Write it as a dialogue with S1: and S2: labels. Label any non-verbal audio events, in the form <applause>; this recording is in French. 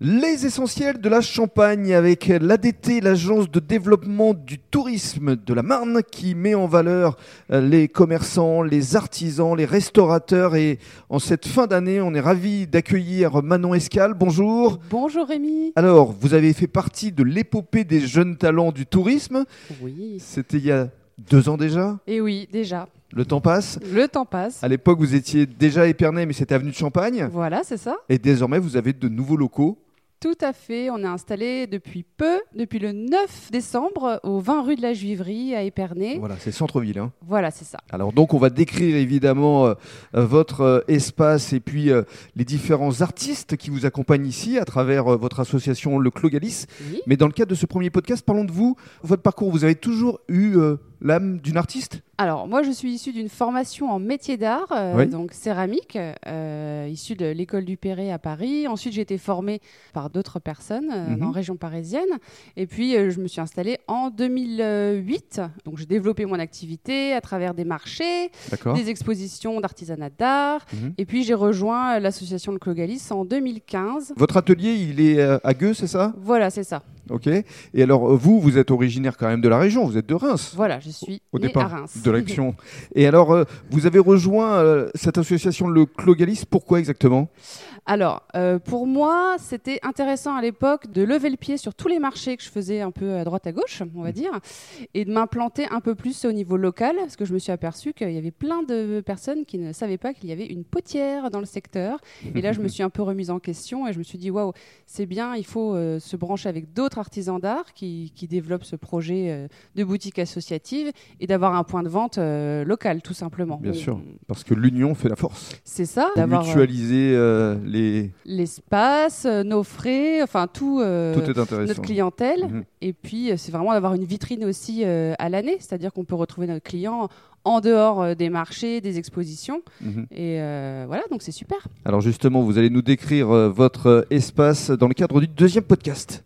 S1: Les essentiels de la Champagne avec l'ADT, l'agence de développement du tourisme de la Marne, qui met en valeur euh, les commerçants, les artisans, les restaurateurs. Et en cette fin d'année, on est ravi d'accueillir Manon Escal. Bonjour.
S2: Bonjour Rémi.
S1: Alors, vous avez fait partie de l'épopée des jeunes talents du tourisme.
S2: Oui.
S1: C'était il y a deux ans déjà.
S2: Et oui, déjà.
S1: Le temps passe.
S2: Le temps passe.
S1: À l'époque, vous étiez déjà épernay, mais c'était avenue de Champagne.
S2: Voilà, c'est ça.
S1: Et désormais, vous avez de nouveaux locaux.
S2: Tout à fait. On est installé depuis peu, depuis le 9 décembre, au 20 rue de la Juiverie à Épernay.
S1: Voilà, c'est centre-ville. hein.
S2: Voilà, c'est ça.
S1: Alors donc on va décrire évidemment euh, euh, votre euh, espace et puis euh, les différents artistes qui vous accompagnent ici à travers euh, votre association Le Clos Galis.
S2: Oui.
S1: Mais dans le cadre de ce premier podcast, parlons de vous, votre parcours. Vous avez toujours eu euh, l'âme d'une artiste
S2: Alors, moi, je suis issue d'une formation en métier d'art, euh,
S1: Oui.
S2: donc céramique, euh, issue de l'école du Perret à Paris. Ensuite, j'ai été formée par d'autres personnes euh,
S1: Mhm.
S2: en région parisienne. Et puis, euh, je me suis installée en 2008. Donc, j'ai développé mon activité à travers des marchés,
S1: D'accord.
S2: des expositions d'artisanat d'art.
S1: Mhm.
S2: Et puis j'ai rejoint euh, l'association Le Clos Galis en 2015.
S1: Votre atelier, il est euh, à Gueux, c'est ça
S2: Voilà, c'est ça.
S1: Ok. Et alors euh, vous, vous êtes originaire quand même de la région, vous êtes de Reims.
S2: Voilà, je suis
S1: Au
S2: née
S1: départ
S2: à Reims.
S1: de
S2: <laughs>
S1: l'action. Et alors, euh, vous avez rejoint euh, cette association Le Clos Galis, pourquoi exactement
S2: Alors, euh, pour moi, c'était intéressant à l'époque de lever le pied sur tous les marchés que je faisais un peu à droite à gauche, on
S1: Mm.
S2: va dire, et de m'implanter un peu plus au niveau local, parce que je me suis aperçue qu'il y avait plein de personnes qui ne savaient pas qu'il y avait une potière dans le secteur. Et là,
S1: <laughs>
S2: je me suis un peu remise en question et je me suis dit, waouh, c'est bien, il faut euh, se brancher avec d'autres artisans d'art qui, qui développent ce projet euh, de boutique associative et d'avoir un point de vente euh, local, tout simplement.
S1: Bien
S2: On-
S1: sûr. Parce que l'union fait la force.
S2: C'est ça,
S1: Pour
S2: d'avoir. euh,
S1: mutualiser euh, les.
S2: l'espace, euh, nos frais, enfin tout, euh,
S1: Tout est
S2: notre
S1: intéressant.
S2: clientèle.
S1: Mhm.
S2: Et puis, euh, c'est vraiment d'avoir une vitrine aussi euh, à l'année, c'est-à-dire qu'on peut retrouver notre client en dehors euh, des marchés, des expositions.
S1: Mhm.
S2: Et euh, voilà, donc c'est super.
S1: Alors justement, vous allez nous décrire euh, votre euh, espace dans le cadre du deuxième podcast.